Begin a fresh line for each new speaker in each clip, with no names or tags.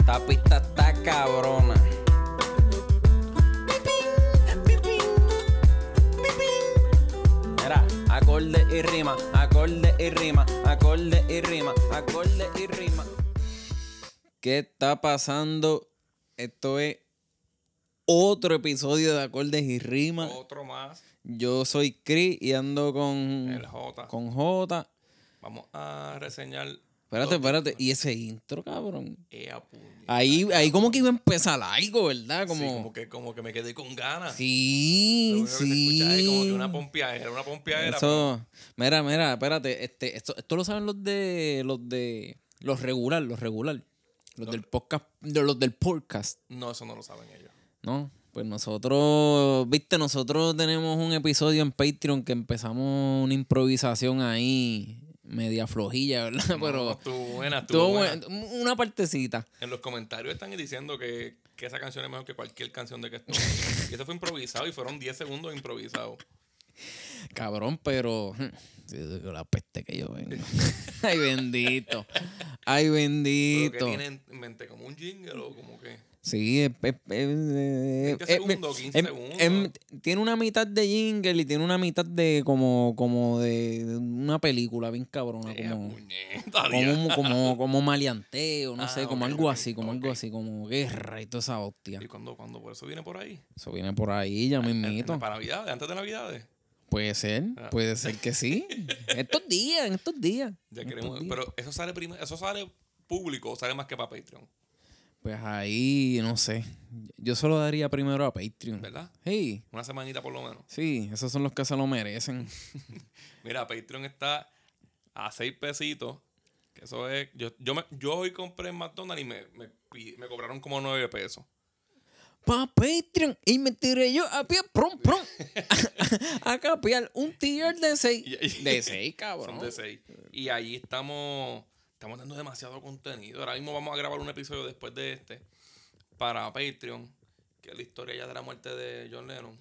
Esta pista está cabrona. Mira, acorde y rima, acorde y rima, acorde y rima, acorde y rima. ¿Qué está pasando? Esto es otro episodio de acordes y rimas.
Otro más,
Yo soy Chris y ando
el
con,
J.
con J.
Vamos a reseñar.
Espérate, espérate. ¿Y ese intro, cabrón?
Ea, puñeta.
Ahí, ahí como que iba a empezar algo, ¿verdad?
Sí,
Como.
como que, como que me quedé con ganas. Lo
Sí,
único que se escucha es como que una
sí.
pompeadera, una pompeadera.
Eso. Mira, mira, espérate. Este, esto, esto lo saben los de. Los de. Los regular, los regular. Los del podcast. de Los del podcast.
No, eso no lo saben ellos.
No, pues nosotros, viste, nosotros tenemos un episodio en Patreon que empezamos una improvisación ahí media flojilla, ¿verdad?
No,
Pero
estuvo buena, estuvo
tuvo
buena.
Oh. buen- una partecita.
En los comentarios están diciendo que, que esa canción es mejor que cualquier canción de que estuvo. y eso fue improvisado y fueron 10 segundos improvisados.
Cabrón, pero hmm, sí, con la peste que yo vengo. Ay, bendito. Ay,
Pero que
bendito.
tienen en mente como un jingle o como que.
Sí, es, es- es- es-
20
es-
segundos, 15
es-
segundos.
es- tiene una mitad de jingle y tiene una mitad de como, como de una película bien cabrona.
Ea,
como...
eh, puñeta,
como,
diablo.
un- como, como maleanteo, no
Ah,
sé, como
ok,
algo
ok,
así, como algo
ok.
así, como guerra y toda esa hostia.
¿Y cuándo, cuándo? ¿Por eso viene por ahí?
Eso viene por ahí,
Ah,
ya mismito.
¿Para Navidades? ¿Antes de Navidades?
Puede ser,
Ah.
puede ser que sí. estos días, en estos días.
Ya
en estos
queremos,
días.
pero eso sale primero, eso sale público, o sale más que para Patreon,
Pues ahí, no sé. Yo se lo daría primero a Patreon.
¿verdad?
Sí,
Una semanita por lo menos.
sí, esos son los que se lo merecen.
Mira, Patreon está a 6 pesitos. Que eso es. Yo, yo, me- yo hoy compré en McDonald's y me, me, pi- me cobraron como 9 pesos.
Pa' Patreon y me tiré yo a pie, prom, prom, a, capiar un tier de
Y-
6.
y-
De 6,
Son
cabrón.
de 6. Y ahí estamos. Estamos dando demasiado contenido. Ahora mismo vamos a grabar un episodio después de este. Para Patreon. Que es la historia ya de la muerte de John Lennon.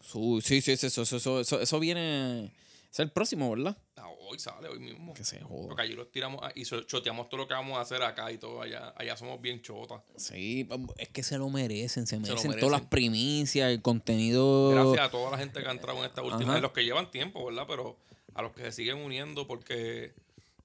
Su- Sí, sí, sí, eso, eso, eso, eso, eso viene. Es el próximo, ¿verdad?
Ah, hoy sale, hoy mismo.
Que se joda.
Porque allí los tiramos a- y so- choteamos todo lo que vamos a hacer acá y todo allá. Allá somos bien chotas.
Sí, pam- es que se lo merecen, se merecen,
merecen.
todas las primicias, el contenido.
Gracias a toda la gente que ha entrado en esta última.
Oh. Ajá.
Y los que llevan tiempo, ¿verdad? Pero a los que se siguen uniendo porque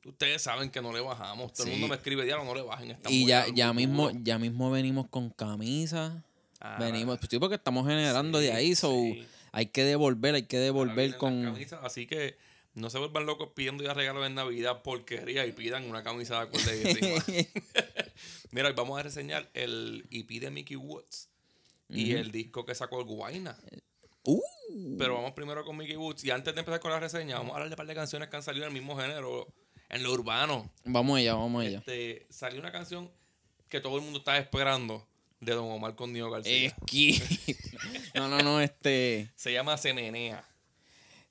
ustedes saben que no le bajamos. Todo
Sí.
el mundo me escribe, diablo, no le bajen. Está
Y
muy
ya,
duro,
ya
muy
mismo,
duro".
ya mismo venimos con camisas.
Uh. Ah,
venimos, pues, sí, porque estamos generando de
sí,
ahí, so
sí.
hay que devolver, hay que
ahora vienen
devolver
las
con.
camisas, así que no se vuelvan locos pidiendo ya regalos en Navidad porquería y pidan una camisa de acorde y rima. Mira, hoy vamos a reseñar el EP de Mickey Woods y el disco que sacó el Guayna.
Uh,
Pero vamos primero con Mickey Woods. Y antes de empezar con la reseña, vamos a hablar de un par de canciones que han salido del mismo género en lo urbano.
vamos allá, vamos allá.
Este, salió una canción que todo el mundo estaba esperando de Don Omar con Nio García.
Es que. no, no, no, este.
Se llama Se Menea.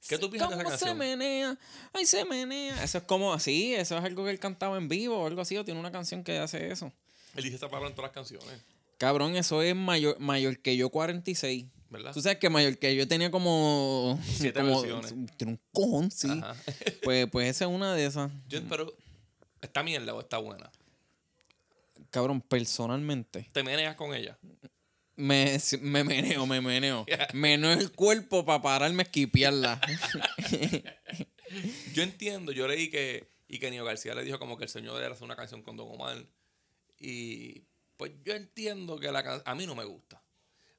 ¿Qué tú piensas de esa
¿Cómo se
canción?
menea? Ay, se menea. Eso es como así, eso es algo que él cantaba en vivo o algo así, o tiene una canción que hace eso.
Él dice esa palabra en todas las canciones,
Cabrón, eso es mayor, mayor que yo 46.
¿verdad?
Tú sabes que mayor que yo tenía como.
Ah. Siete
como-
versiones.
Tiene un cojón, sí.
Ajá.
Pues, pues esa es una de esas.
Yo espero. ¿Está mierda o está buena?
Cabrón, personalmente.
¿Te meneas con ella?
Me, me meneo, me meneo. Meneo el cuerpo para pararme a esquipiarla.
Yo entiendo, yo leí que. Y que Nio García le dijo como que el señor era hacer una canción con Don Omar. Y. Pues yo entiendo que la can- A mí no me gusta.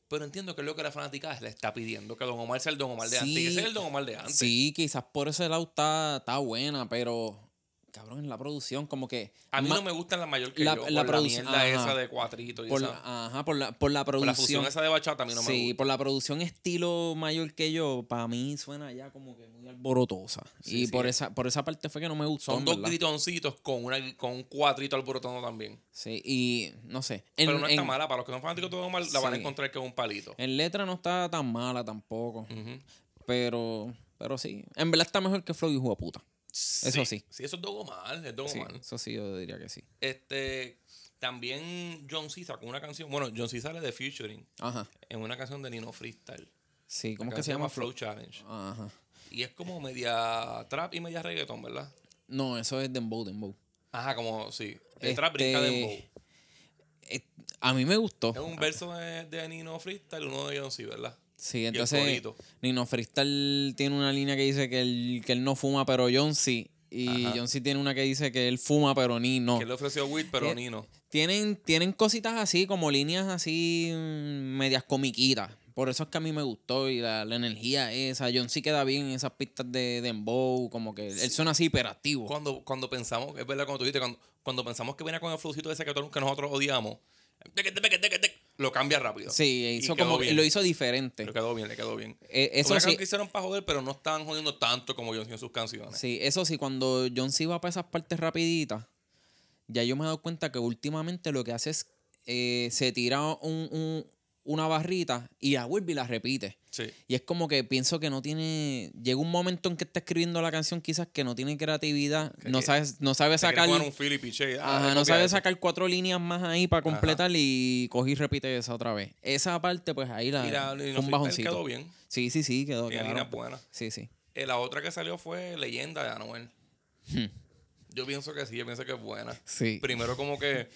Pero entiendo que es lo que la fanaticada le está pidiendo. Que Don Omar sea el Don Omar de
Sí.
antes. Que sea el Don Omar de antes.
sí, quizás por ese lado está, está buena, pero. Cabrón, en la producción, como que.
A mí
ma-
no me gusta la mayor que
la-
yo.
la
por La,
producción-
mierda
ajá.
esa de cuatrito y
por
esa.
la, ajá, por la, por la
por
producción.
la fusión esa de bachata a mí no me
sí,
gusta.
por la producción estilo mayor que yo, para mí suena ya como que muy alborotosa.
Sí,
y
sí.
por esa por esa parte fue que no me gustó.
Son
en
dos
verdad.
gritoncitos con, una, con un cuatrito alborotando también.
Sí, y no sé. En,
Pero no está
en-
mala. Para los que son fanáticos de Don Omar, la van a
Sí.
encontrar que es un palito.
en letra no está tan mala tampoco.
Ujú.
Pero pero sí. En verdad está mejor que Flow y Jugaputa. Eso sí.
Sí, eso es Don Omar. Es Don
Sí,
Omar.
eso sí, yo diría que sí.
Este, también John C sacó una canción. Bueno, John C sale de Featuring
Ajá.
en una canción de Nino Freestyle.
Sí, ¿cómo es
La
que se
canción
llama?
Flow Challenge.
Ajá.
Y es como media trap y media reggaeton, ¿verdad?
No, eso es Dembow, Dembow.
Ajá, como sí. El
Este,
trap brinca dembow.
eh, A mí me gustó.
Es un verso de, de Nino Freestyle, uno de John C, ¿verdad?
Sí,
el
entonces
corito.
Nino Freestyle tiene una línea que dice que él, que él no fuma, pero John sí. Y
Ajá.
John sí tiene una que dice que él fuma, pero ni no.
Que él le ofreció Wit, pero
Eh,
Nino.
Tienen, tienen cositas así, como líneas así mm, medias comiquitas. Por eso es que a mí me gustó y la, la energía esa. John sí queda bien en esas pistas de Dembow, como que él suena así hiperactivo.
Cuando, cuando pensamos, es verdad, cuando tú dijiste, cuando, cuando pensamos que venía con el flowcito ese que, todo- que nosotros odiamos, teque, teque, teque, teque, teque, lo cambia rápido.
Sí, hizo
quedó
como que
bien.
lo hizo diferente.
Le quedó bien, le quedó bien.
Eh,
Eso
eso sí,
que hicieron para joder, pero no estaban jodiendo tanto como John C en sus canciones.
sí, eso sí, cuando John sí va para esas partes rapiditas, ya yo me he dado cuenta que últimamente lo que hace es eh, se tira un- un- una barrita y la vuelve y la repite.
Sí.
Y es como que pienso que no tiene. Llega un momento en que está escribiendo la canción, quizás que no tiene creatividad.
Que-
No
que-
sabe, no sabe
Se quiere
sacar.
jugar un Philip y che, ah,
Ajá,
copia
no sabe
eso.
sacar cuatro líneas más ahí para
Ajá.
completar y cogí y repite esa otra vez. Esa parte, pues ahí la.
Y la
fue
y
un
no sé, él quedó
bajoncito.
bien.
Sí, sí, sí, quedó.
Tiene
quedaron.
líneas buenas.
Sí, sí.
Eh, la otra que salió fue Leyenda de Anuel. Yo pienso que sí, yo pienso que es buena.
Hmm. Sí.
Primero como que...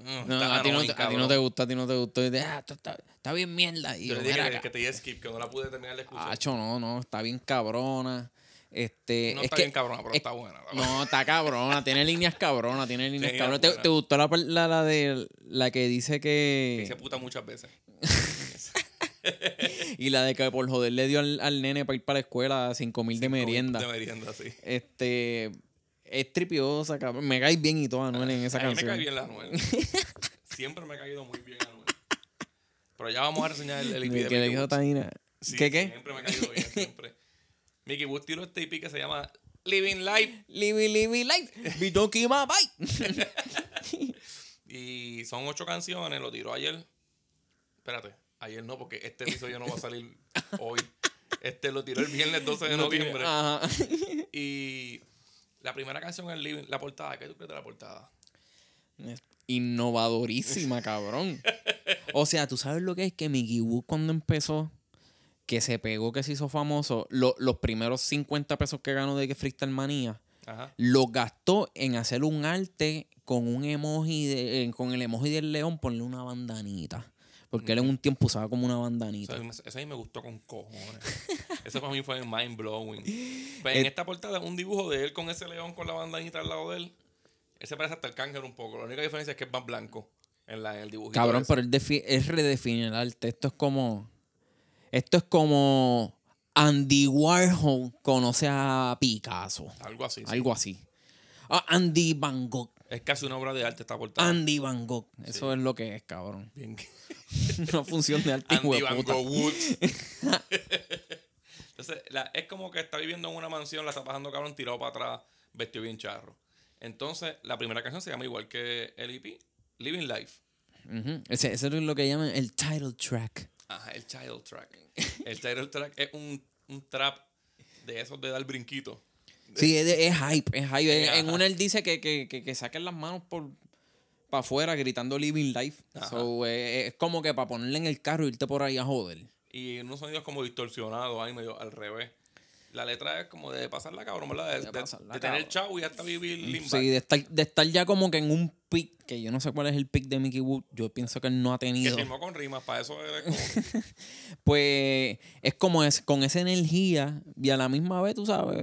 mm,
No,
está
a, ti no,
Anuel,
te- a ti no
cabrón.
te gustó, a ti no te gustó. Y de, ah, esto está, está bien mierda. Y
Yo
yo,
le dije
"Mira Ah,
que,
acá".
que te di skip, que no la pude terminar de escuchar.
Acho, no, no, está bien cabrona. Este,
no
es
está
que,
bien cabrona, pero
es-
está buena. está buena.
No, está cabrona, tiene líneas cabrona, tiene líneas
Líneas
cabrona. ¿Te,
buenas.
te gustó la, par- la, la de la que dice
Que Dice
que.
puta muchas veces.
Y la de que por joder le dio al, al nene para ir para la escuela 5 mil de merienda.
De merienda, sí.
Este. Es tripiosa, cabrón. Me cae bien y todo Anuel en esa
a
canción.
mí me cae bien la Anuel. Siempre me ha caído muy bien Anuel. Pero ya vamos a reseñar el, el
De
EP de
que le
Mickey
dijo
Woods.
Taina.
Sí,
¿Qué qué?
Siempre me ha caído bien, siempre. Mickey Woods tiró este EP que se llama Living Life.
Libby, Libby, Light. Be don't give my bite.
Y son ocho canciones, lo tiró ayer. Espérate, ayer no, porque este episodio no va a salir hoy. Este lo tiró el viernes 12 de
No tiene- ah.
noviembre.
Ajá.
Y la primera canción es Living, la portada. ¿Qué tú crees de la portada?
Es Innovadorísima, cabrón. O sea, tú sabes lo que es que Mickey Wu cuando empezó, que se pegó, que se hizo famoso, lo- los primeros 50 pesos que ganó de Freestyle Manía,
Ajá.
los gastó en hacer un arte con un emoji, de- eh, con el emoji del león, ponle una bandanita. Porque él en un tiempo usaba como una
Eso,
bandanita.
a mí- eso a mí me gustó con cojones. Eso para mí fue mind blowing. Pero en
Eh,
esta portada, un dibujo de él con ese león con la bandanita al lado de él. Él se parece hasta el cángaro un poco. La única diferencia es que es más blanco en, la, en el dibujito.
Cabrón,
ese.
pero él, defi- él redefine el arte. Esto es como. Esto es como. Andy Warhol conoce a Picasso.
Algo así. sí.
Algo así. Ah, Andy Van Gogh.
Es casi una obra de arte esta portada.
Andy Van Gogh. Eso es lo que es, cabrón.
Bien.
Una función de arte
Andy Van
hijueputa.
Gogh Woods. Entonces, la- es como que está viviendo en una mansión, la está pasando cabrón tirado para atrás, vestido bien charro. Entonces, la primera canción se llama igual que el EP, Living Life.
Ujú. ese, ese es lo que llaman el title track.
Ajá, el title track. El title track es un, un trap de esos de dar brinquito.
Sí, es, es hype, es hype. En- En
Ajá.
una él dice que, que, que, que saquen las manos por para afuera gritando Living Life.
Ajá.
So, eh, es como que para ponerle en el carro e irte por ahí a joder.
Y unos sonidos como distorsionados, ahí medio al revés. La letra es como de pasarla cabrón, ¿verdad? De,
De
de-
pasarla,
de tener
cabrón.
chavo y hasta vivir limba.
Sí, de estar, de estar ya como que en un pick, que yo no sé cuál es el pick de Mickey Wood, yo pienso que él no ha
que
tenido.
firmó con rimas, para eso es como...
pues es como es, con esa energía y a la misma vez, tú sabes,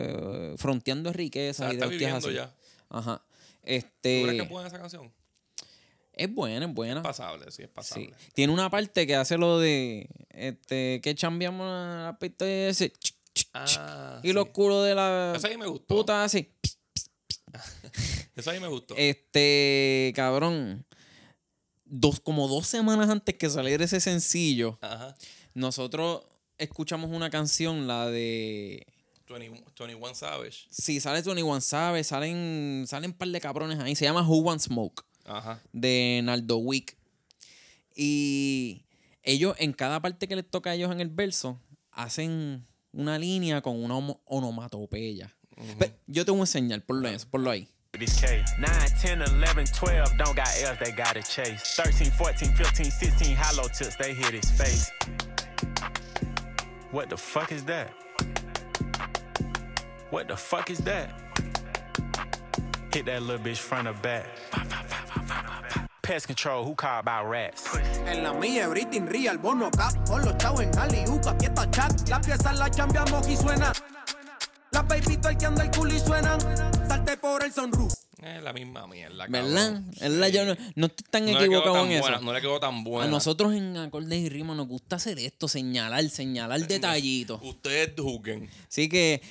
fronteando riqueza
o sea,
y de
Ah, está
hostias
viviendo
así.
ya.
Ajá.
¿Tú crees que
Este
es buena esa canción?
es buena, es buena.
Pasable, sí, es
Sí.
pasable.
Tiene una parte que hace lo de este que chambeamos a la pista y ese ch, ch, ch,
Ah,
y los culos de la
Eso ahí me gustó.
puta Eh. así.
Eso ahí me gustó.
Este, cabrón. Dos, como dos semanas antes que saliera ese sencillo,
Ajá.
nosotros escuchamos una canción, la de
21, 21 Savage.
Si sale 21 Savage, salen, salen un par de cabrones ahí. Se llama Who Wants Smoke,
Ajá.
de Naldo Wick. Y ellos, en cada parte que les toca a ellos en el verso, hacen una línea con una homo- onomatopeya. Pe- Yo te voy a enseñar, ponlo, eso, ponlo ahí.
This case. 9, 10, 11, 12, don't got L's, they gotta chase. 13, 14, 15, 16, hollow tips, they hit his face. What the fuck is that? What the fuck is that? Hit that little bitch front or back. Pa, pa, pa, pa, pa, pa, pa. Pest control, who called by rats?
En la mía, everything real, bono cap. Con los chavos en Hollywood, aquí está chat. Las piezas las chambeamos y suena. Las baby el que anda el culo y suenan. Salte por el sunroof.
Es la misma mierda.
¿Verdad?
cabrón.
¿Verdad? Yo no, no estoy tan
No le quedó
equivocado
tan
en eso.
buena, No le quedó tan buena.
A nosotros en acordes y rimas nos gusta hacer esto, señalar, señalar detallitos.
Ustedes juzguen.
Así que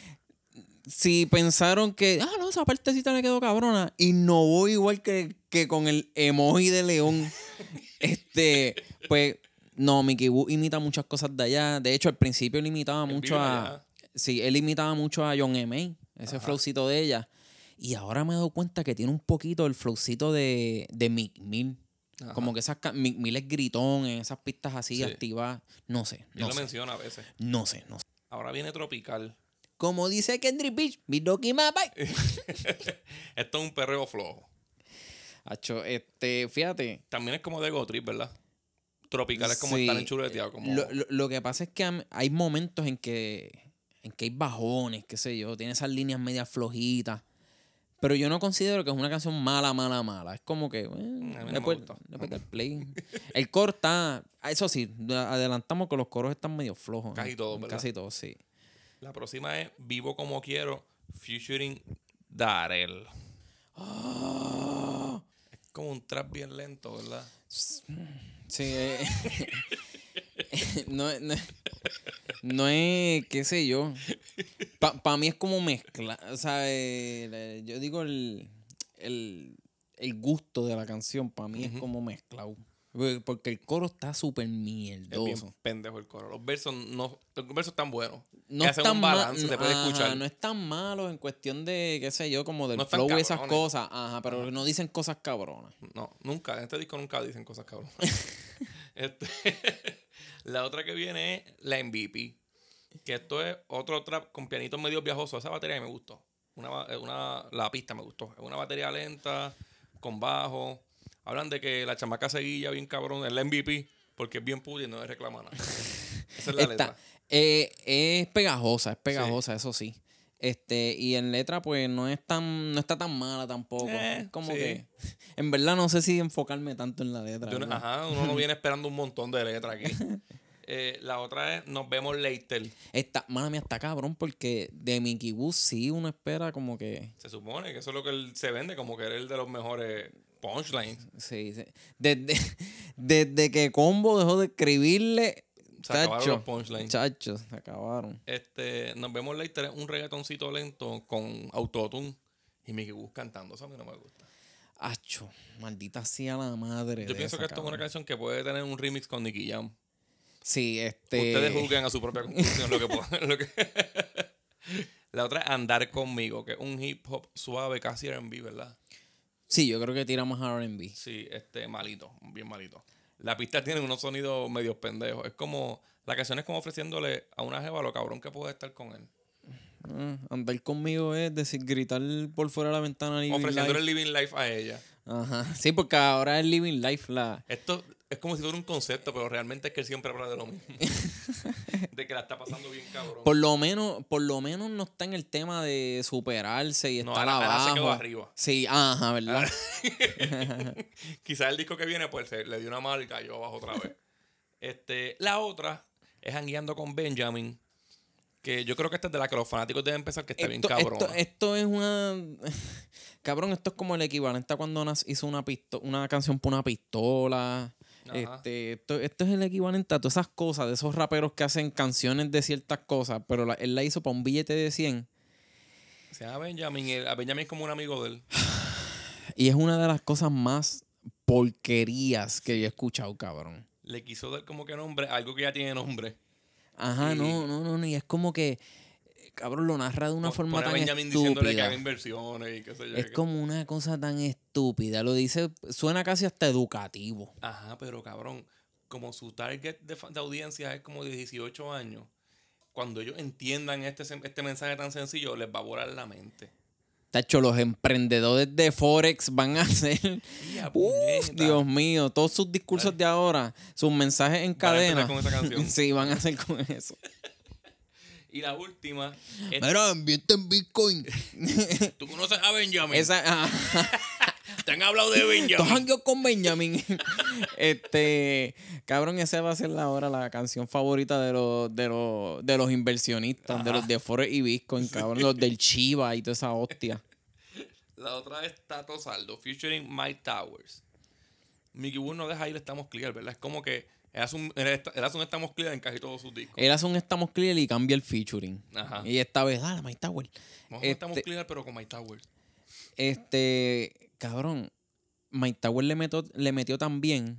si pensaron que, ah, no, esa partecita le quedó cabrona, innovó igual que, que con el emoji de León. este, pues, no, Mickey Wu imita muchas cosas de allá. De hecho, al principio él imitaba mucho
vive
a.
allá.
Sí, él imitaba mucho a John M.A., ese flowcito de ella. Y ahora me he dado cuenta que tiene un poquito el flowcito de, de Mick Mill.
Ajá.
Como que esas ca- Mick Mill es gritón en esas pistas así
Sí.
activadas. No sé,
Yo
no
lo
sé,
menciono a veces.
no sé, no sé.
Ahora viene Tropical.
Como dice Kendrick Beach, Bidoki Mapai.
Eh. Esto es un perreo flojo.
Hacho, este, fíjate.
También es como de Gotrip, ¿verdad? Tropical es como
sí,
estar enchuleteado. Como...
Lo, lo- lo que pasa es que am- hay momentos en que, en que hay bajones, qué sé yo, tiene esas líneas medias flojitas. Pero yo no considero que es una canción mala, mala, mala. Es como que. bueno,
a mí no me
después,
gustó.
después del play. El coro está. ah, Eso sí, la- adelantamos que los coros están medio flojos.
Casi
en-
todos,
en
¿verdad?
Casi todos, sí.
La próxima es Vivo como quiero, featuring Darel. Es como un trap bien lento, ¿verdad?
Sí. eh, no, es- no, es- no es, qué sé yo. Para mí es como mezcla. O sea, el- el- yo digo el, el, el gusto de la canción, para mí es como mezclado. Porque- Porque el coro está súper
Es
mierdoso.
bien pendejo el coro. Los versos no, los versos están buenos.
No es,
Que hacen
tan
un
ma-
balance, se puede
ajá,
escuchar.
no es tan malo en cuestión de, qué sé yo, como del
No están
flow y esas
cabrones.
cosas. Ajá, pero no dicen cosas cabronas.
No, nunca. En este disco nunca dicen cosas cabrón. Este, la otra que viene es la MVP. Que esto es otro trap con pianitos medio viajosos. Esa batería me gustó. Una, ba- eh, una, la pista me gustó. Es una batería lenta, con bajo. Hablan de que la chamaca seguía bien cabrón. Es la MVP porque es bien puta y no le reclama nada. Esa es la
Está,
letra.
eh, es pegajosa, es pegajosa, eso sí. Este, y en letra, pues, no es tan, no está tan mala tampoco.
Eh,
es como
sí.
que. En verdad no sé si enfocarme tanto en la letra.
Yo no-
¿verdad?
ajá, uno no viene esperando un montón de letras aquí. Eh, la otra es Nos vemos later.
Está, mala mía, está cabrón, porque de Mickey Wu sí uno espera como que.
Se supone que eso es lo que él se vende, como que era el de los mejores punchlines.
Sí, sí. Desde, desde que Combo dejó de escribirle.
Se acabaron
chacho,
los punchlines.
chacho, se acabaron.
Este, nos vemos later, es un reggaetoncito lento con autotune y Mickey Gus cantando. Eso a mí no me gusta.
Acho, maldita sea la madre.
Yo
de
pienso
esa,
que esto es una
cabrón.
canción que puede tener un remix con Nicky Jam.
Sí, este.
Ustedes juzguen a su propia conclusión lo que puedan- lo que- La otra es Andar Conmigo, que es un hip hop suave, casi R&B, ¿verdad?
Sí, yo creo que tira más RB.
Sí, este, malito, bien malito. La pista tiene unos sonidos medios pendejos. Es como, la canción es como ofreciéndole a una jeva lo cabrón que puede estar con él.
Ah, andar conmigo es decir, gritar por fuera de la ventana living
ofreciéndole
life.
el living life a ella.
Ajá. Sí, porque ahora es living life la.
Esto es como si fuera un concepto, pero realmente es que él siempre habla de lo mismo. de que la está pasando bien cabrón.
Por lo menos, por lo menos no está en el tema de superarse y
No,
estar
ahora- ahora
abajo.
se quedó arriba. Ah,
Sí, ajá, ¿verdad?
Quizás el disco que viene, pues se- le dio una mala y cayó abajo otra vez. Este, la otra es Hangueando con Benjamin. Que yo creo que esta es de la que los fanáticos deben pensar que está bien
Esto,
cabrón.
esto, esto es una. Cabrón, esto es como el equivalente a cuando Nas hizo una, pisto- una canción por una pistola.
Ajá.
Este, esto, esto es el equivalente a todas esas cosas, de esos raperos que hacen canciones de ciertas cosas, pero la- él la hizo para un billete de 100.
Se llama Benjamin. y él- a Benjamin es como un amigo de él.
Y es una de las cosas más porquerías que yo he escuchado, cabrón.
Le quiso dar como que nombre, algo que ya tiene nombre.
Ajá,
Y-
no, no, no, no. Y es como que, eh, cabrón, lo narra de una
Pon-
forma
pone a
tan
Benjamin diciéndole que
estúpida.
haga inversiones y qué sé yo.
Es
qué-
como una cosa tan estúpida. Lo dice, suena casi hasta educativo.
Ajá, pero cabrón, como su target de, fa- de audiencia es como de 18 años, cuando ellos entiendan este, sen- este mensaje tan sencillo, les va a volar la mente.
Tacho, los emprendedores de Forex van a hacer.
Ya,
Uf,
puñeta.
Dios mío, todos sus discursos de ahora, sus mensajes en
Van a empezar
cadena.
con esa canción.
sí, van a hacer con eso.
Y la última, es,
Mira, invierte en Bitcoin.
tú conoces a Benjamin.
Esa. ah,
Te han hablado de
Todos
Benjamin.
hangueos con Benjamin. este, cabrón, esa va a ser la, ahora la canción favorita de los, de los, de los inversionistas, de
Ah.
los de Forex y Bitcoin, cabrón, los del Chiva y toda esa hostia.
La otra es Tato Saldo, featuring Mike Towers. Mickey Wood no deja ir Estamos Clear, ¿verdad? Es como que él hace un, él est- él hace un Estamos Clear en casi todos sus discos.
Él hace un Estamos Clear y cambia el featuring.
Ajá.
Y esta vez, dale, Mike Tower.
Vamos a
Este,
Estamos Clear, pero con Mike Towers.
este, cabrón, Mike Tower le metió, le metió tan bien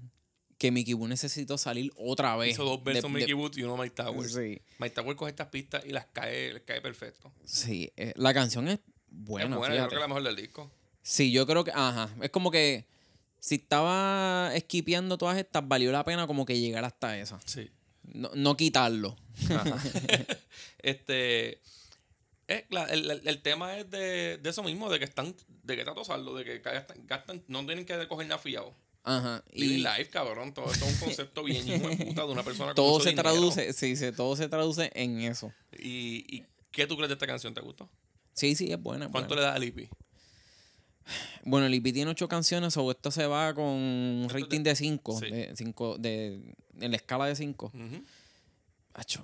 que Mickey Boo necesitó salir otra vez.
Hizo dos
de-
versos
de-
Mickey Wood y uno Mike Towers.
Sí.
Mike Towers coge estas pistas y las cae, les cae perfecto.
Sí, eh, la canción es buena.
es buena, yo creo
fíjate.
que es la mejor del disco.
Sí, yo creo que, ajá, es como que si estaba esquipeando todas estas, valió la pena como que llegar hasta esa.
Sí.
No, no quitarlo.
este es la- el, el- el tema es de, de eso mismo de que están de que Tato Saldo de que gastan, gastan- no tienen que coger nada fiado
Ajá.
Living
Y
life cabrón todo esto es un concepto bien hijo de puta de una persona con
todo
mucho
se
dinero.
traduce, sí, sí, todo se traduce en eso.
y, y qué tú crees de esta canción te gustó
Sí, sí, es buena. es
cuánto
buena.
le das a Lipi
Bueno, el IP tiene ocho canciones, o esto se va con un
Esto es
rating
de-
de cinco.
sí.
De cinco de, en la escala de cinco. Acho,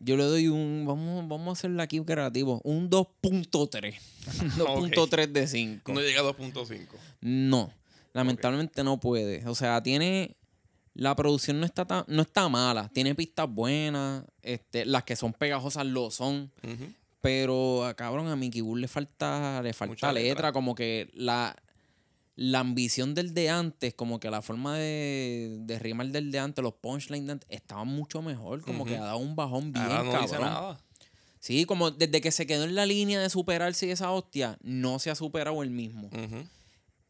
Yo le doy un. Vamos, vamos a hacerle aquí creativo. Un 2.3. 2.3 de 5.
no llega a 2.5
No, lamentablemente no puede. O sea, tiene. La producción no está tan, no está mala. Tiene pistas buenas. Este, las que son pegajosas lo son.
Ujú.
Pero a cabrón, a Mickey Bull le falta, le falta
Mucha
letra.
letra.
Como que la, la ambición del de antes, como que la forma de, de rimar del de antes, los punchlines de antes, estaban mucho mejor. Como que ha dado un bajón bien,
ahora no dice
cabrón.
nada
Sí, como desde que se quedó en la línea de superarse y esa hostia, no se ha superado el mismo.
Ujú.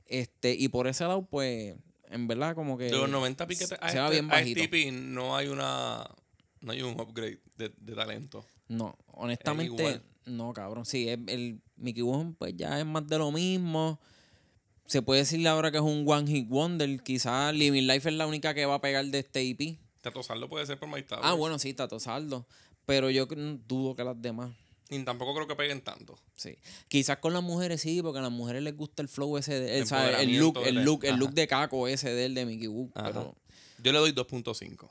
Este, y por ese lado, pues, en verdad, como que.
de los 90 piquetes a,
Eh, se va
este-
bien
a
bajito.
STP no hay una no hay un upgrade de, de talento
No, honestamente,
igual.
no, cabrón. Sí, el, el Mickey Woon, pues ya es más de lo mismo. Se puede decirle ahora que es un One Hit Wonder. Quizás Living Life es la única que va a pegar de este IP.
Tato Saldo puede ser por Mike Towers
Ah, bueno, sí, Tato Saldo. Pero yo cre- dudo que las demás.
y tampoco creo que peguen tanto
Sí. Quizás con las mujeres sí, porque a las mujeres les gusta el flow ese, de, el, ¿sabes? el
Empoderamiento
look,
de
el
él.
look, el
Ajá.
look de caco ese de él de Mickey Woon.
Ajá.
Pero
Yo le doy 2.5.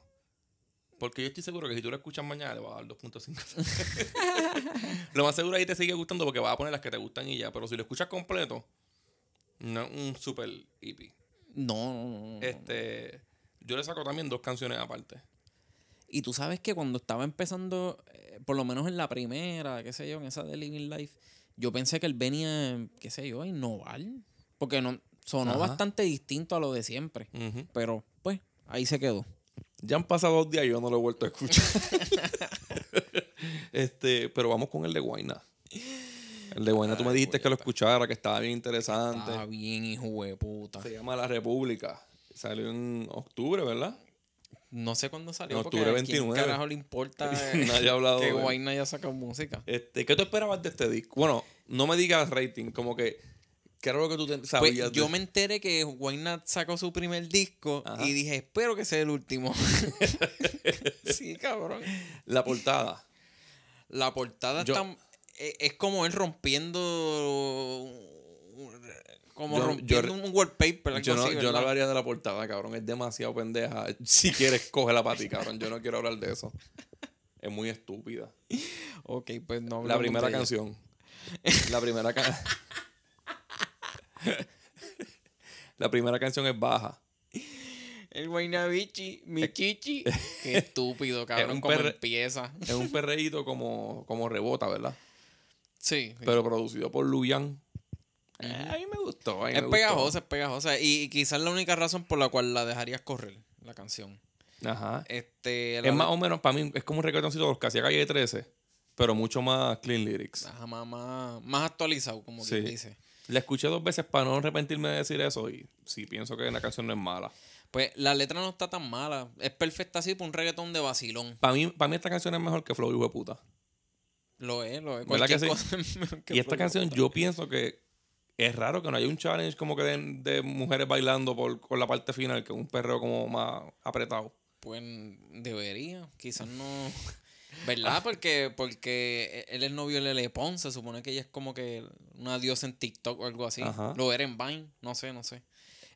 Porque yo estoy seguro que si tú lo escuchas mañana le vas a dar 2.5. lo más seguro ahí te sigue gustando porque vas a poner las que te gustan y ya. Pero si lo escuchas completo, no es un super hippie.
no, no, no, no.
Este, yo le saco también dos canciones aparte.
Y tú sabes que cuando estaba empezando, eh, por lo menos en la primera, qué sé yo, en esa de Living Life, yo pensé que él venía, qué sé yo, a innovar. Porque no, sonó
Ajá.
bastante distinto a lo de siempre. Pero, pues, ahí se quedó.
Ya han pasado dos días y yo no lo he vuelto a escuchar. este, pero vamos con el de Guayna. El de Guayna, tú me dijiste que lo escuchara, que estaba bien interesante.
Está Ah, bien, hijo de puta.
Se llama La República. Salió en octubre, ¿verdad?
No sé cuándo salió.
En
porque
octubre
¿a quién
29.
carajo le importa eh,
Nadie ha hablado
que
de él.
Guayna haya sacado música?
Este, ¿Qué tú esperabas de este disco? Bueno, no me digas rating, como que. ¿Qué era lo que tú te- sabías?
Pues
de-
yo me enteré que Wayne sacó su primer disco
Ajá.
y dije, espero que sea el último. sí, cabrón.
La portada.
La portada
Yo-
está- e- es como él rompiendo. Como
Yo- yo
rompiendo
re-
un wallpaper. algo
Yo no,
así,
yo no
¿verdad?
hablaría de la portada, cabrón. Es demasiado pendeja. Si quieres, cógela para ti, cabrón. Yo no quiero hablar de eso. Es muy estúpida.
Ok, pues no
La
hablamos de
primera
ella.
canción. La primera canción. la primera canción es baja.
El Guaynabichi, mi chichi. Qué estúpido, cabrón,
un
como
perre-
empieza.
Es un perreíto como, como rebota, ¿verdad?
Sí.
Pero producido por Luyan. A mí me gustó. a mí
es
me gustó.
pegajosa, es pegajosa. Y, y quizás la única razón por la cual la dejarías correr, la canción.
Ajá.
Este, la
Es más o menos, para mí, es como un reggaetoncito de los que hacía Calle 13, pero mucho más clean lyrics.
Ajá, más, más, más actualizado, como
Sí.
quien dice.
La escuché dos veces para no arrepentirme de decir eso y sí pienso que la canción no es mala.
Pues la letra no está tan mala. Es perfecta así para un reggaetón de vacilón.
Para mí, para mí esta canción es mejor que Flow, hijo de puta.
Lo es, lo es.
¿Verdad que
Cualquier
sí?
cosa es mejor que
Y esta
Flow.
canción yo pienso que es raro que no haya un challenge como que de, de mujeres bailando por, con la parte final, que es un perreo como más apretado.
Pues debería. Quizás no.
Ah.
¿Verdad? Porque, porque él es novio de Lele Pons. Se supone que ella es como que una diosa en TikTok o algo así.
Ajá.
Lo era en Vine. No sé, no sé.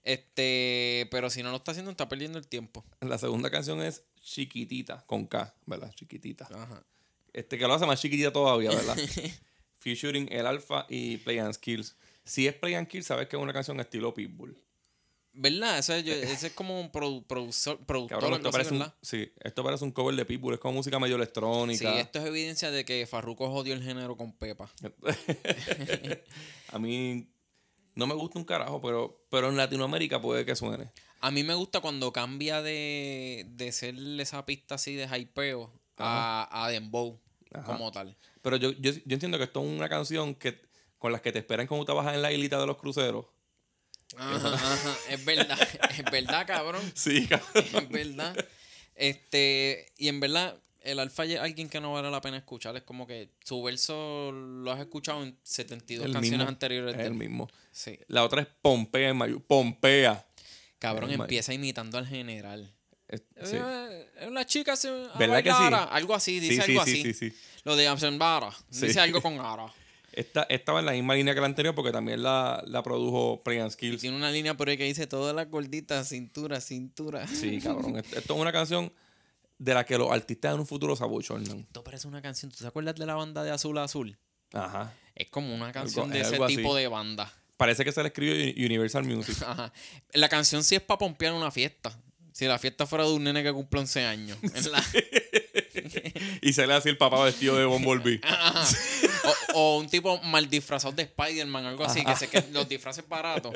Este, pero si no lo está haciendo, está perdiendo el tiempo.
La segunda canción es Chiquitita, con K, ¿verdad? Chiquitita.
Ajá.
Este que lo hace más chiquitita todavía, ¿verdad? Featuring El Alfa y Play and Skills. Si es Play and Kills, sabes que es una canción estilo Pitbull.
¿Verdad? Eso es, yo- ese es como un produ- productor, productor
Cabrón,
algo
esto
así,
parece, un,
¿verdad?
sí, esto parece un cover de Pitbull. Es como música medio
Sí,
electrónica.
esto es evidencia de que Farruko jodió el género con Pepa.
a mí no me gusta un carajo, pero, pero en Latinoamérica puede que suene.
A mí me gusta cuando cambia de, de ser esa pista así de hypeo a, a Dembow
Ajá.
como tal.
Pero yo, yo, yo entiendo que esto es una canción que con las que te esperan cuando te bajas en la islita de los cruceros.
Ajá, ajá. Es verdad, es verdad, cabrón.
Sí, cabrón.
Es verdad. Este, y en verdad, el alfa es alguien que no vale la pena escuchar. Es como que su verso lo has escuchado en 72
El
canciones
mismo,
anteriores.
es
de
el
él.
mismo.
Sí.
La otra es Pompea en mayo. Pompea.
Cabrón,
El ma-
empieza imitando al general.
Es- sí.
Eh, eh, Una chica se. a
¿Verdad que sí?
bailar, Algo así, dice
Sí, sí,
algo
sí,
así.
sí, sí.
Lo de Absenbara.
Sí.
Dice algo con Ara.
Esta, esta va en la misma línea que la anterior porque también la, la produjo Play and
Y
Skills.
tiene una línea por ahí que dice todas las gorditas, cintura, cintura.
Sí, cabrón. Esto, esto es una canción de la que los artistas en un futuro se abochornan.
Esto parece una canción. ¿Tú te acuerdas de la banda de Azul a Azul?
Ajá.
Es como una canción de
es
ese
algo así.
tipo de banda.
Parece que se la escribió Uni- Universal Music.
Ajá. La canción sí es para pompear una fiesta. Si la fiesta fuera de un nene que cumple 11 años. En la-
y sale así el papá vestido de Bumblebee.
Ajá. o, o un tipo mal disfrazado de Spider-Man, algo así, que sé que los disfraces baratos.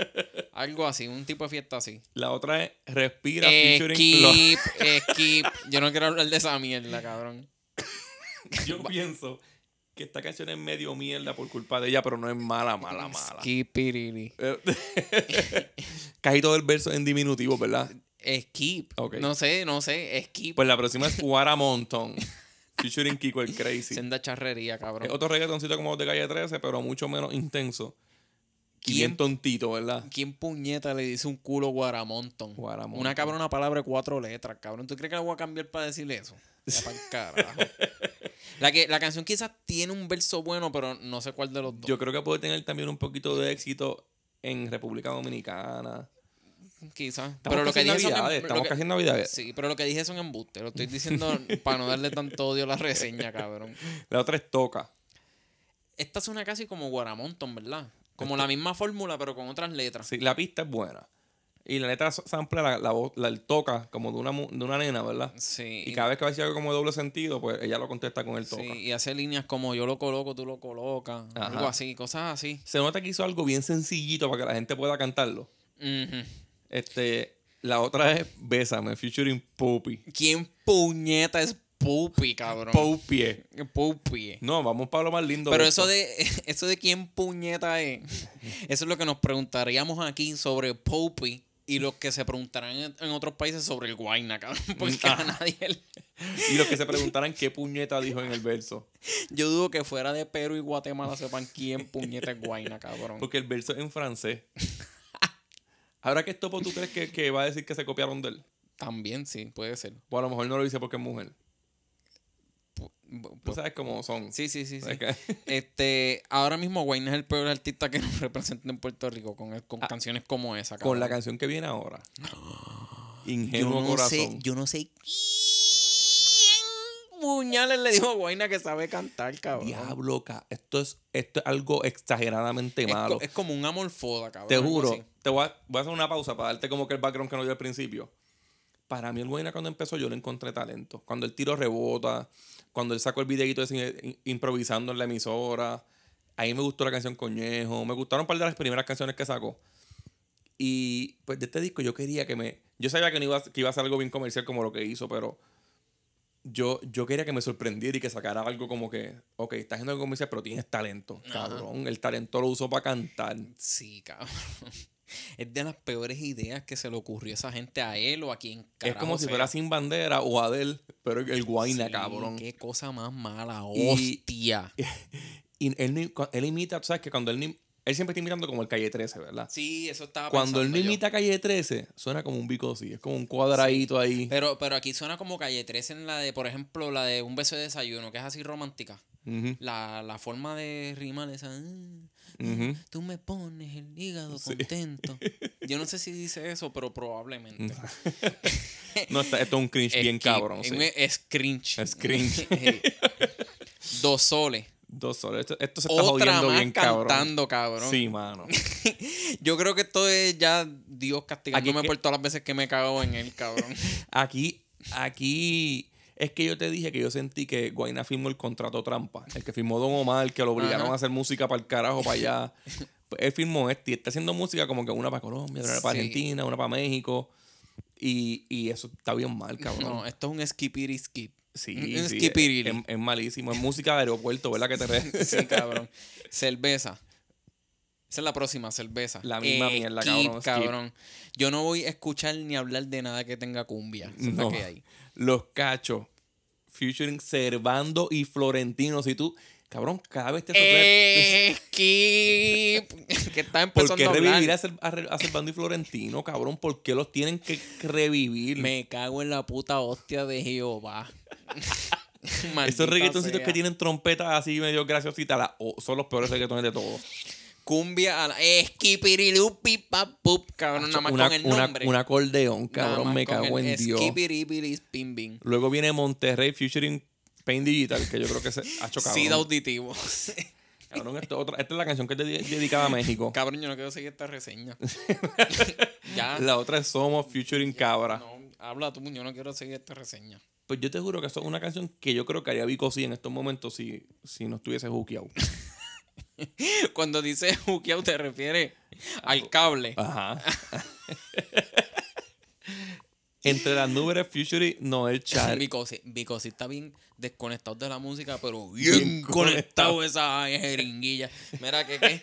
Algo así, un tipo de fiesta así. Eh,
La otra es Respira featuring... Lo-
Skip, eh, skip. Yo no quiero hablar de esa mierda, cabrón.
Yo pienso que esta canción es medio mierda por culpa de ella, pero no es mala, mala, mala.
Skip, piriri.
Eh, Casi todo el verso en diminutivo, ¿verdad?
Skip.
Ok.
No sé, no sé. Skip.
Pues la próxima es What a Montón. Featuring Kiko el Crazy.
Senda charrería, cabrón.
Es otro reggaetoncito como los de calle 13, pero mucho menos intenso. Y
¿Quién?
bien tontito, ¿verdad?
¿Quién puñeta le dice un culo guaramonton?
Guaramonton.
Una cabrona palabra de cuatro letras, cabrón. ¿Tú crees que la voy a cambiar para decirle eso? Ya pa'l carajo. La, que, la canción quizás tiene un verso bueno, pero no sé cuál de los dos.
Yo creo que puede tener también un poquito de éxito en República Dominicana.
Quizás.
Estamos
Pero lo que
casi en
dije son em-
Navidades,
lo
estamos
que-
casi en Navidades.
Sí, pero lo que dije son embustes. Lo estoy diciendo para no darle tanto odio a la reseña, cabrón.
La otra es Toca.
Esta suena casi como guaramonton, ¿verdad? Como la misma fórmula, pero con otras letras.
Sí, la pista es buena. Y la letra sample la, la voz, la el toca como de una, mu- de una nena, ¿verdad?
Sí.
Y cada vez que va a decir algo como de doble sentido, pues ella lo contesta con el toca.
Sí, y hace líneas como yo lo coloco, tú lo colocas,
Ajá.
algo así, cosas así.
Se nota que hizo algo bien sencillito para que la gente pueda cantarlo.
Ujú.
Este, la otra es Bésame, featuring Pupi.
¿Quién puñeta es Pupi, cabrón?
Poupie.
Pupi.
No, vamos para lo más lindo.
Pero
esto.
eso de, eso de quién puñeta es, eso es lo que nos preguntaríamos aquí sobre Pupi y lo que se preguntarán en, en otros países sobre el Guayna, cabrón. Porque
Ah.
a nadie. le-
Y los que se preguntaran qué puñeta dijo en el verso.
Yo dudo que fuera de Perú y Guatemala sepan quién puñeta es Guayna, cabrón.
Porque el verso es en francés. Ahora que esto, ¿tú crees que, que va a decir que se copiaron de él?
También sí, puede ser.
O a lo mejor no lo dice porque es mujer. Tú
Pues-
sabes cómo son.
sí, sí, sí. sí.
Ok.
Este, ahora mismo Wayne es el peor artista que nos representa en Puerto Rico con, con canciones como esa.
Con la
cabrón.
canción que viene ahora.
yo no
Ingenuo
sé,
corazón.
yo no sé quién puñales le dijo a Guayna que sabe cantar, cabrón.
Diablo, ca- esto es, esto es algo exageradamente
es, co-
malo.
es como un amor foda, cabrón.
Te
algo
juro,
así.
te voy a, voy a hacer una pausa para darte como que el background que no dio al principio. Para mí el Guayna cuando empezó yo le encontré talento. Cuando el tiro rebota, cuando él sacó el videíto ese in- improvisando en la emisora. Ahí me gustó la canción Coñejo. Me gustaron un par de las primeras canciones que sacó. Y pues de este disco yo quería que me... Yo sabía que, no iba, a- que iba a ser algo bien comercial como lo que hizo, pero yo, yo quería que me sorprendiera y que sacara algo como que, ok, estás haciendo algo comercial, pero tienes talento. Cabrón, el talento lo usó para cantar.
Sí, cabrón. Es de las peores ideas que se le ocurrió a esa gente a él o a quien
Es
carajo
como si
sea.
fuera sin bandera o Adel, pero el guayna,
Sí,
cabrón.
Qué cosa más mala,
Y-
hostia.
Y él, ni- cu- él imita, tú sabes que cuando él, ni- Él siempre está imitando como el calle 13, ¿verdad?
Sí, eso estaba
Cuando él
pensando
no
yo.
imita calle 13, suena como un bicosi. Es como un cuadradito ahí.
Pero, pero aquí suena como calle 13 en la de, por ejemplo, la de un beso de desayuno, que es así romántica.
Ujú,
La, la forma de rimar esa. "Ah,
ujú.
Tú me pones el hígado contento. Yo no sé si dice eso, pero probablemente.
No, está- esto Mm, es un cringe bien
que- e
cabrón.
Es,
sí.
es cringe.
Es cringe.
Sí. Dos soles.
Dos soles. Esto, esto se está
Otra
jodiendo
más
bien cabrón.
cantando, cabrón.
Sí, mano.
Yo creo que esto es ya Dios castigándome
Aquí es que-
por todas las veces que me cago en él, cabrón.
Aquí, aquí es que yo te dije que yo sentí que Guaina firmó el contrato trampa. El que firmó Don Omar, que lo obligaron
Ajá.
a hacer música para el carajo, para allá. Pues él firmó este y está haciendo música como que una para Colombia, otra para
Sí.
Argentina, una para México. Y, y eso está bien mal, cabrón.
No, esto es un skipiri skip.
sí,
un
sí,
skipirili.
es, es malísimo. Es música de aeropuerto, ¿verdad? Que te re-
Sí, cabrón. Cerveza. Esa es la próxima, cerveza. Eh,
La misma mierda, cabrón, skip.
Yo no voy a escuchar ni hablar de nada que tenga cumbia. Eso es lo
No.
que hay.
Los cachos. Featuring Servando y Florentino. Si tú, cabrón, cada vez te
Eh,
sorprendes.
Skip. que está empezando
¿Por qué
a hablar.
revivir a, Cer- a Re- a Servando y Florentino, cabrón? ¿Por qué los tienen que revivir?
Me cago en la puta hostia de Jehová. Maldita
Esos reggaetoncitos
sea.
que tienen trompetas así medio graciositas la- o- son los peores reggaetones de todos.
Cumbia a la. eh, Skipirilupi papup. Cabrón, nada más
Una-
con el
una-
nombre.
Un acordeón,
Nada
cabrón,
más
me
con
cago
el
en Dios.
skipiribilis pim bim.
Luego viene Monterrey featuring Pain Digital, que yo creo que se ha chocado.
Sida auditivo.
Cabrón, esto es otra- esta es la canción que es dedi- dedicada a México.
Cabrón, yo no quiero seguir esta reseña. ya.
La otra es Somos featuring Cabra.
No, habla tú, yo no quiero seguir esta reseña.
Pues yo te juro que eso es una canción que yo creo que haría Vico sí en estos momentos si, si no estuviese hookeado.
Cuando dice juqueado te refiere al cable.
Ajá. Entre las nubes featuring Noel Char.
Bicosi, Bicosi está bien desconectado de la música, pero bien,
Bien
conectado
conectado.
a esa jeringuilla. Mira que qué.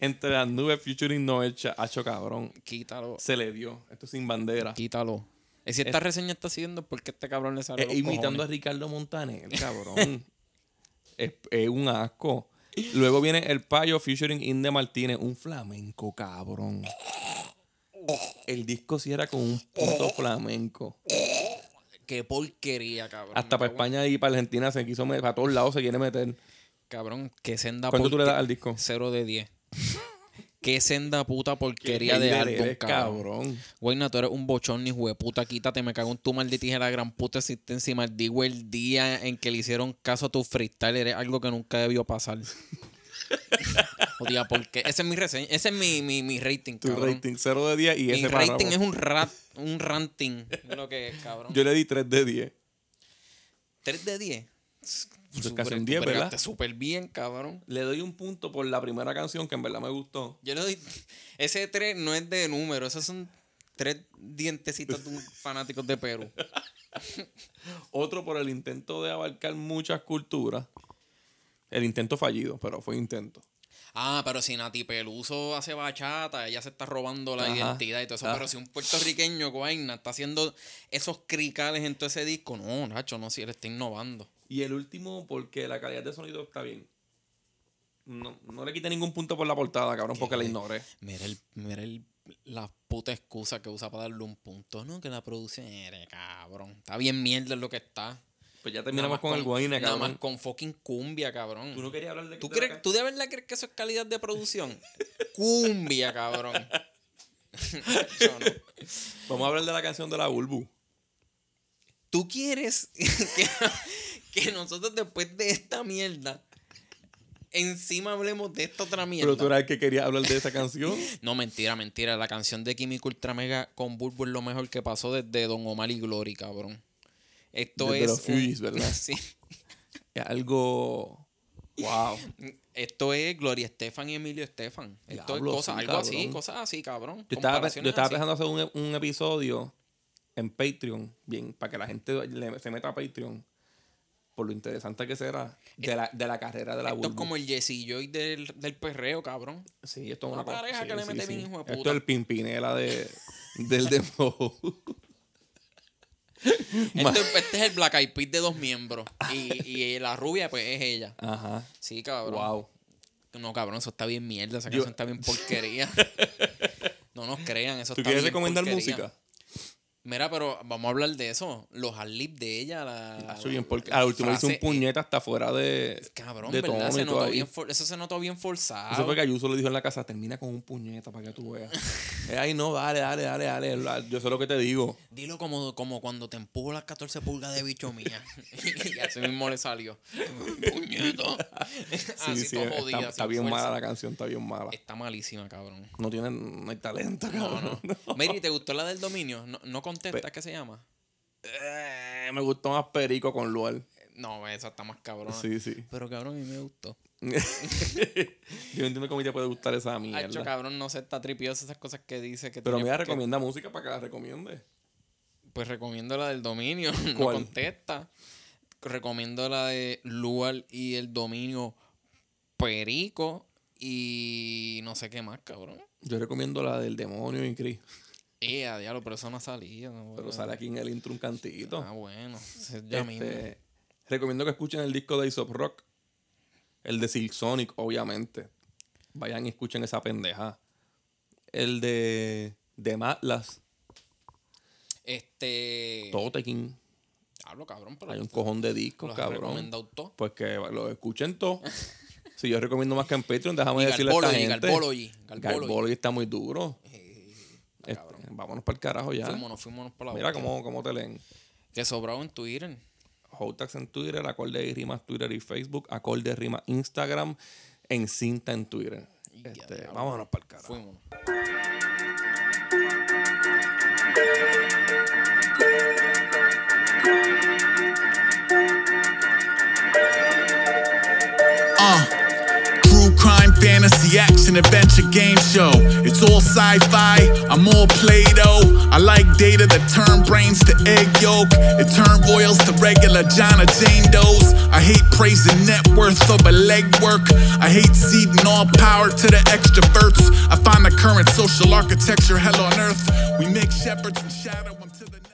Entre las nubes featuring Noel Char. Hacho cabrón.
quítalo,
Se le dio. Esto sin bandera.
quítalo. Eh, Si esta reseña está siguiendo, ¿por qué este cabrón le sale
Eh, imitando a Ricardo Montaner, cabrón. es, es un asco. Luego viene El Payo featuring Inde Martínez, un flamenco, cabrón. El disco cierra con un puto flamenco.
Qué porquería, cabrón.
Hasta para España y para Argentina se quiso meter, para todos lados se quiere meter.
Cabrón, Ah, qué senda
¿Cuánto tú le das
porque-
al disco?
0 de 10. qué senda puta porquería de
Hitler
álbum,
eres,
cabrón. Güey, tú eres un bochón, ni puta, quítate, me cago en tu maldita hija de la gran puta existencia y maldigo el día en que le hicieron caso a tu freestyle, eres algo que nunca debió pasar. Odia, porque ese es mi reseña, ese es mi, mi, mi rating,
Tu
cabrón.
rating 0 de 10 y
mi
ese
rating
párrafo.
es un rat, un ranting, es lo que es, cabrón.
Yo le di 3 de 10.
3 de 10.
es
Súper-
Pues casi un 10,
tú
¿verdad?
bregaste súper bien, cabrón.
Le doy un punto por la primera canción que en verdad me gustó.
Yo le doy. Ese 3 no es de número, esos son tres dientecitos de un fanáticos de Perú.
Otro por el intento de abarcar muchas culturas. El intento fallido, pero fue intento.
Ah, pero si Nati Peluso hace bachata, ella se está robando la
Ajá.
identidad y todo eso.
Ah.
Pero si un puertorriqueño guayna está haciendo esos cricales en todo ese disco, no, Nacho, no, si él está innovando.
Y el último, porque la calidad de sonido está bien. No, no le quité ningún punto por la portada, cabrón, porque la ignoré.
Mira, el, mira el- la puta excusa que usa para darle un punto. No, que la producción, eres cabrón. Está bien mierda lo que está.
Pues ya
Nada
terminamos
más
con, el Guayna,
Nada
cabrón.
más con fucking cumbia, cabrón.
Tú no querías hablar de
¿Tú,
de
crees,
la ca-
¿Tú de verdad crees que eso es calidad de producción? Cumbia, cabrón. Yo no.
Vamos a hablar de la canción de la Bulbu.
¿Tú quieres que, que nosotros después de esta mierda encima hablemos de esta otra mierda?
Pero tú eras el que quería hablar de esa canción.
No, mentira, mentira. La canción de Químico Ultra Mega con Bulbo es lo mejor que pasó desde Don Omar y Glory, cabrón. Esto
Desde
es.
los Fugees, ¿verdad?
Sí.
Es algo. ¡Wow!
Esto es Gloria Estefan y Emilio Estefan. Esto
Diablo,
es cosas,
sí,
algo así,
cabrón.
cosas así, cabrón.
Yo estaba, pe-
Comparaciones
yo estaba
así.
pensando hacer un, un episodio en Patreon, bien, para que la gente le- se meta a Patreon, por lo interesante que será de la, de la carrera de la
Esto es
Bulbu.
como el Jesse Joy del, del perreo, cabrón.
Sí, esto es
una
una cosa-
pareja que le mete bien, hijo de
Esto
puta.
es el pimpinela de, del demo.
Este, este es el Black Eyed Peas de dos miembros. Y, y la rubia, pues, es ella.
Ajá.
Sí, cabrón.
Wow.
No, cabrón, eso está bien mierda. Esa
Yo-
canción está bien porquería. no nos crean, eso
¿Tú
está
quieres
bien
recomendar
porquería.
música?
Mira, pero vamos a hablar de eso. Los adlib de ella. La,
Ah, soy bien porque al último hice un
frase- eh,
puñeta hasta fuera de.
Cabrón,
de
¿verdad?
tono
Se
y todo
notó
ahí.
bien for- Eso se notó bien forzado.
Eso fue que Ayuso le dijo en la casa: termina con un puñeta para que tú veas. Eh, Ay, no, dale, dale, dale, dale. Yo sé lo que te digo.
Dilo como, como cuando te empujo las 14 pulgas de bicho mía. y así mismo le salió. Puñeto.
Sí,
así
sí,
Ah, todo
eh, está-
jodida,
está,
sin
bien
fuerza.
mala la canción, está bien mala.
Está malísima, cabrón.
No tiene, no hay talento,
No,
cabrón.
no. Mary, ¿te gustó la del dominio? No, no contesta, ¿qué se llama?
Eh, me gustó más Perico con Lual.
No, esa está más cabrona.
Sí, sí.
Pero cabrón, a mí me gustó.
Yo no entiendo cómo te puede gustar esa
Hacho,
mierda.
cabrón, no sé, está tripiosa esas cosas que dice. Que
Pero
tiene-
mira,
que-
recomienda música para que la recomiende.
Pues recomiendo la del dominio. No
¿Cuál?
contesta. Recomiendo la de Lual y el dominio Perico. Y no sé qué más, cabrón.
Yo recomiendo la del demonio y Cris.
Eh, a diablo, pero eso no ha salido. no,
Pero
bueno.
sale aquí en el intro un cantito.
Ah, bueno. eso es Ya mismo.
Este, recomiendo que escuchen el disco de Isop Rock. El de Silk Sonic, obviamente. Vayan y escuchen esa pendeja. El de, de Matlas,
Este.
Totekin.
Hablo, cabrón, pero.
Hay un cojón de discos,
los ha
cabrón.
recomendado todo.
Pues que lo escuchen todo. si yo recomiendo más que en Patreon, déjame
Y
decirle a esta
Garbology,
gente.
Garbology, Garbology. Eh,
Garbology está muy duro. Este,
cabrón.
vámonos para el carajo ya.
Fuimos, fuimos para la
Mira
otra.
cómo, cómo te leen.
Que sobrado en Twitter.
Hotax en Twitter, Acorde y Rimas Twitter y Facebook, Acorde y Rimas Instagram, en cinta en Twitter.
Ya,
Este,
diablo.
vámonos para el carajo.
Fuimos.
Uh. True crime, fantasy, action, adventure game show. It's all sci fi, I'm all Play Doh. I like data that turn brains to egg yolk. It turn royals to regular John or Jane Doe's. I hate praising net worth for leg work. I hate ceding all power to the extroverts. I find the current social architecture hell on earth. We make shepherds and shadow them to the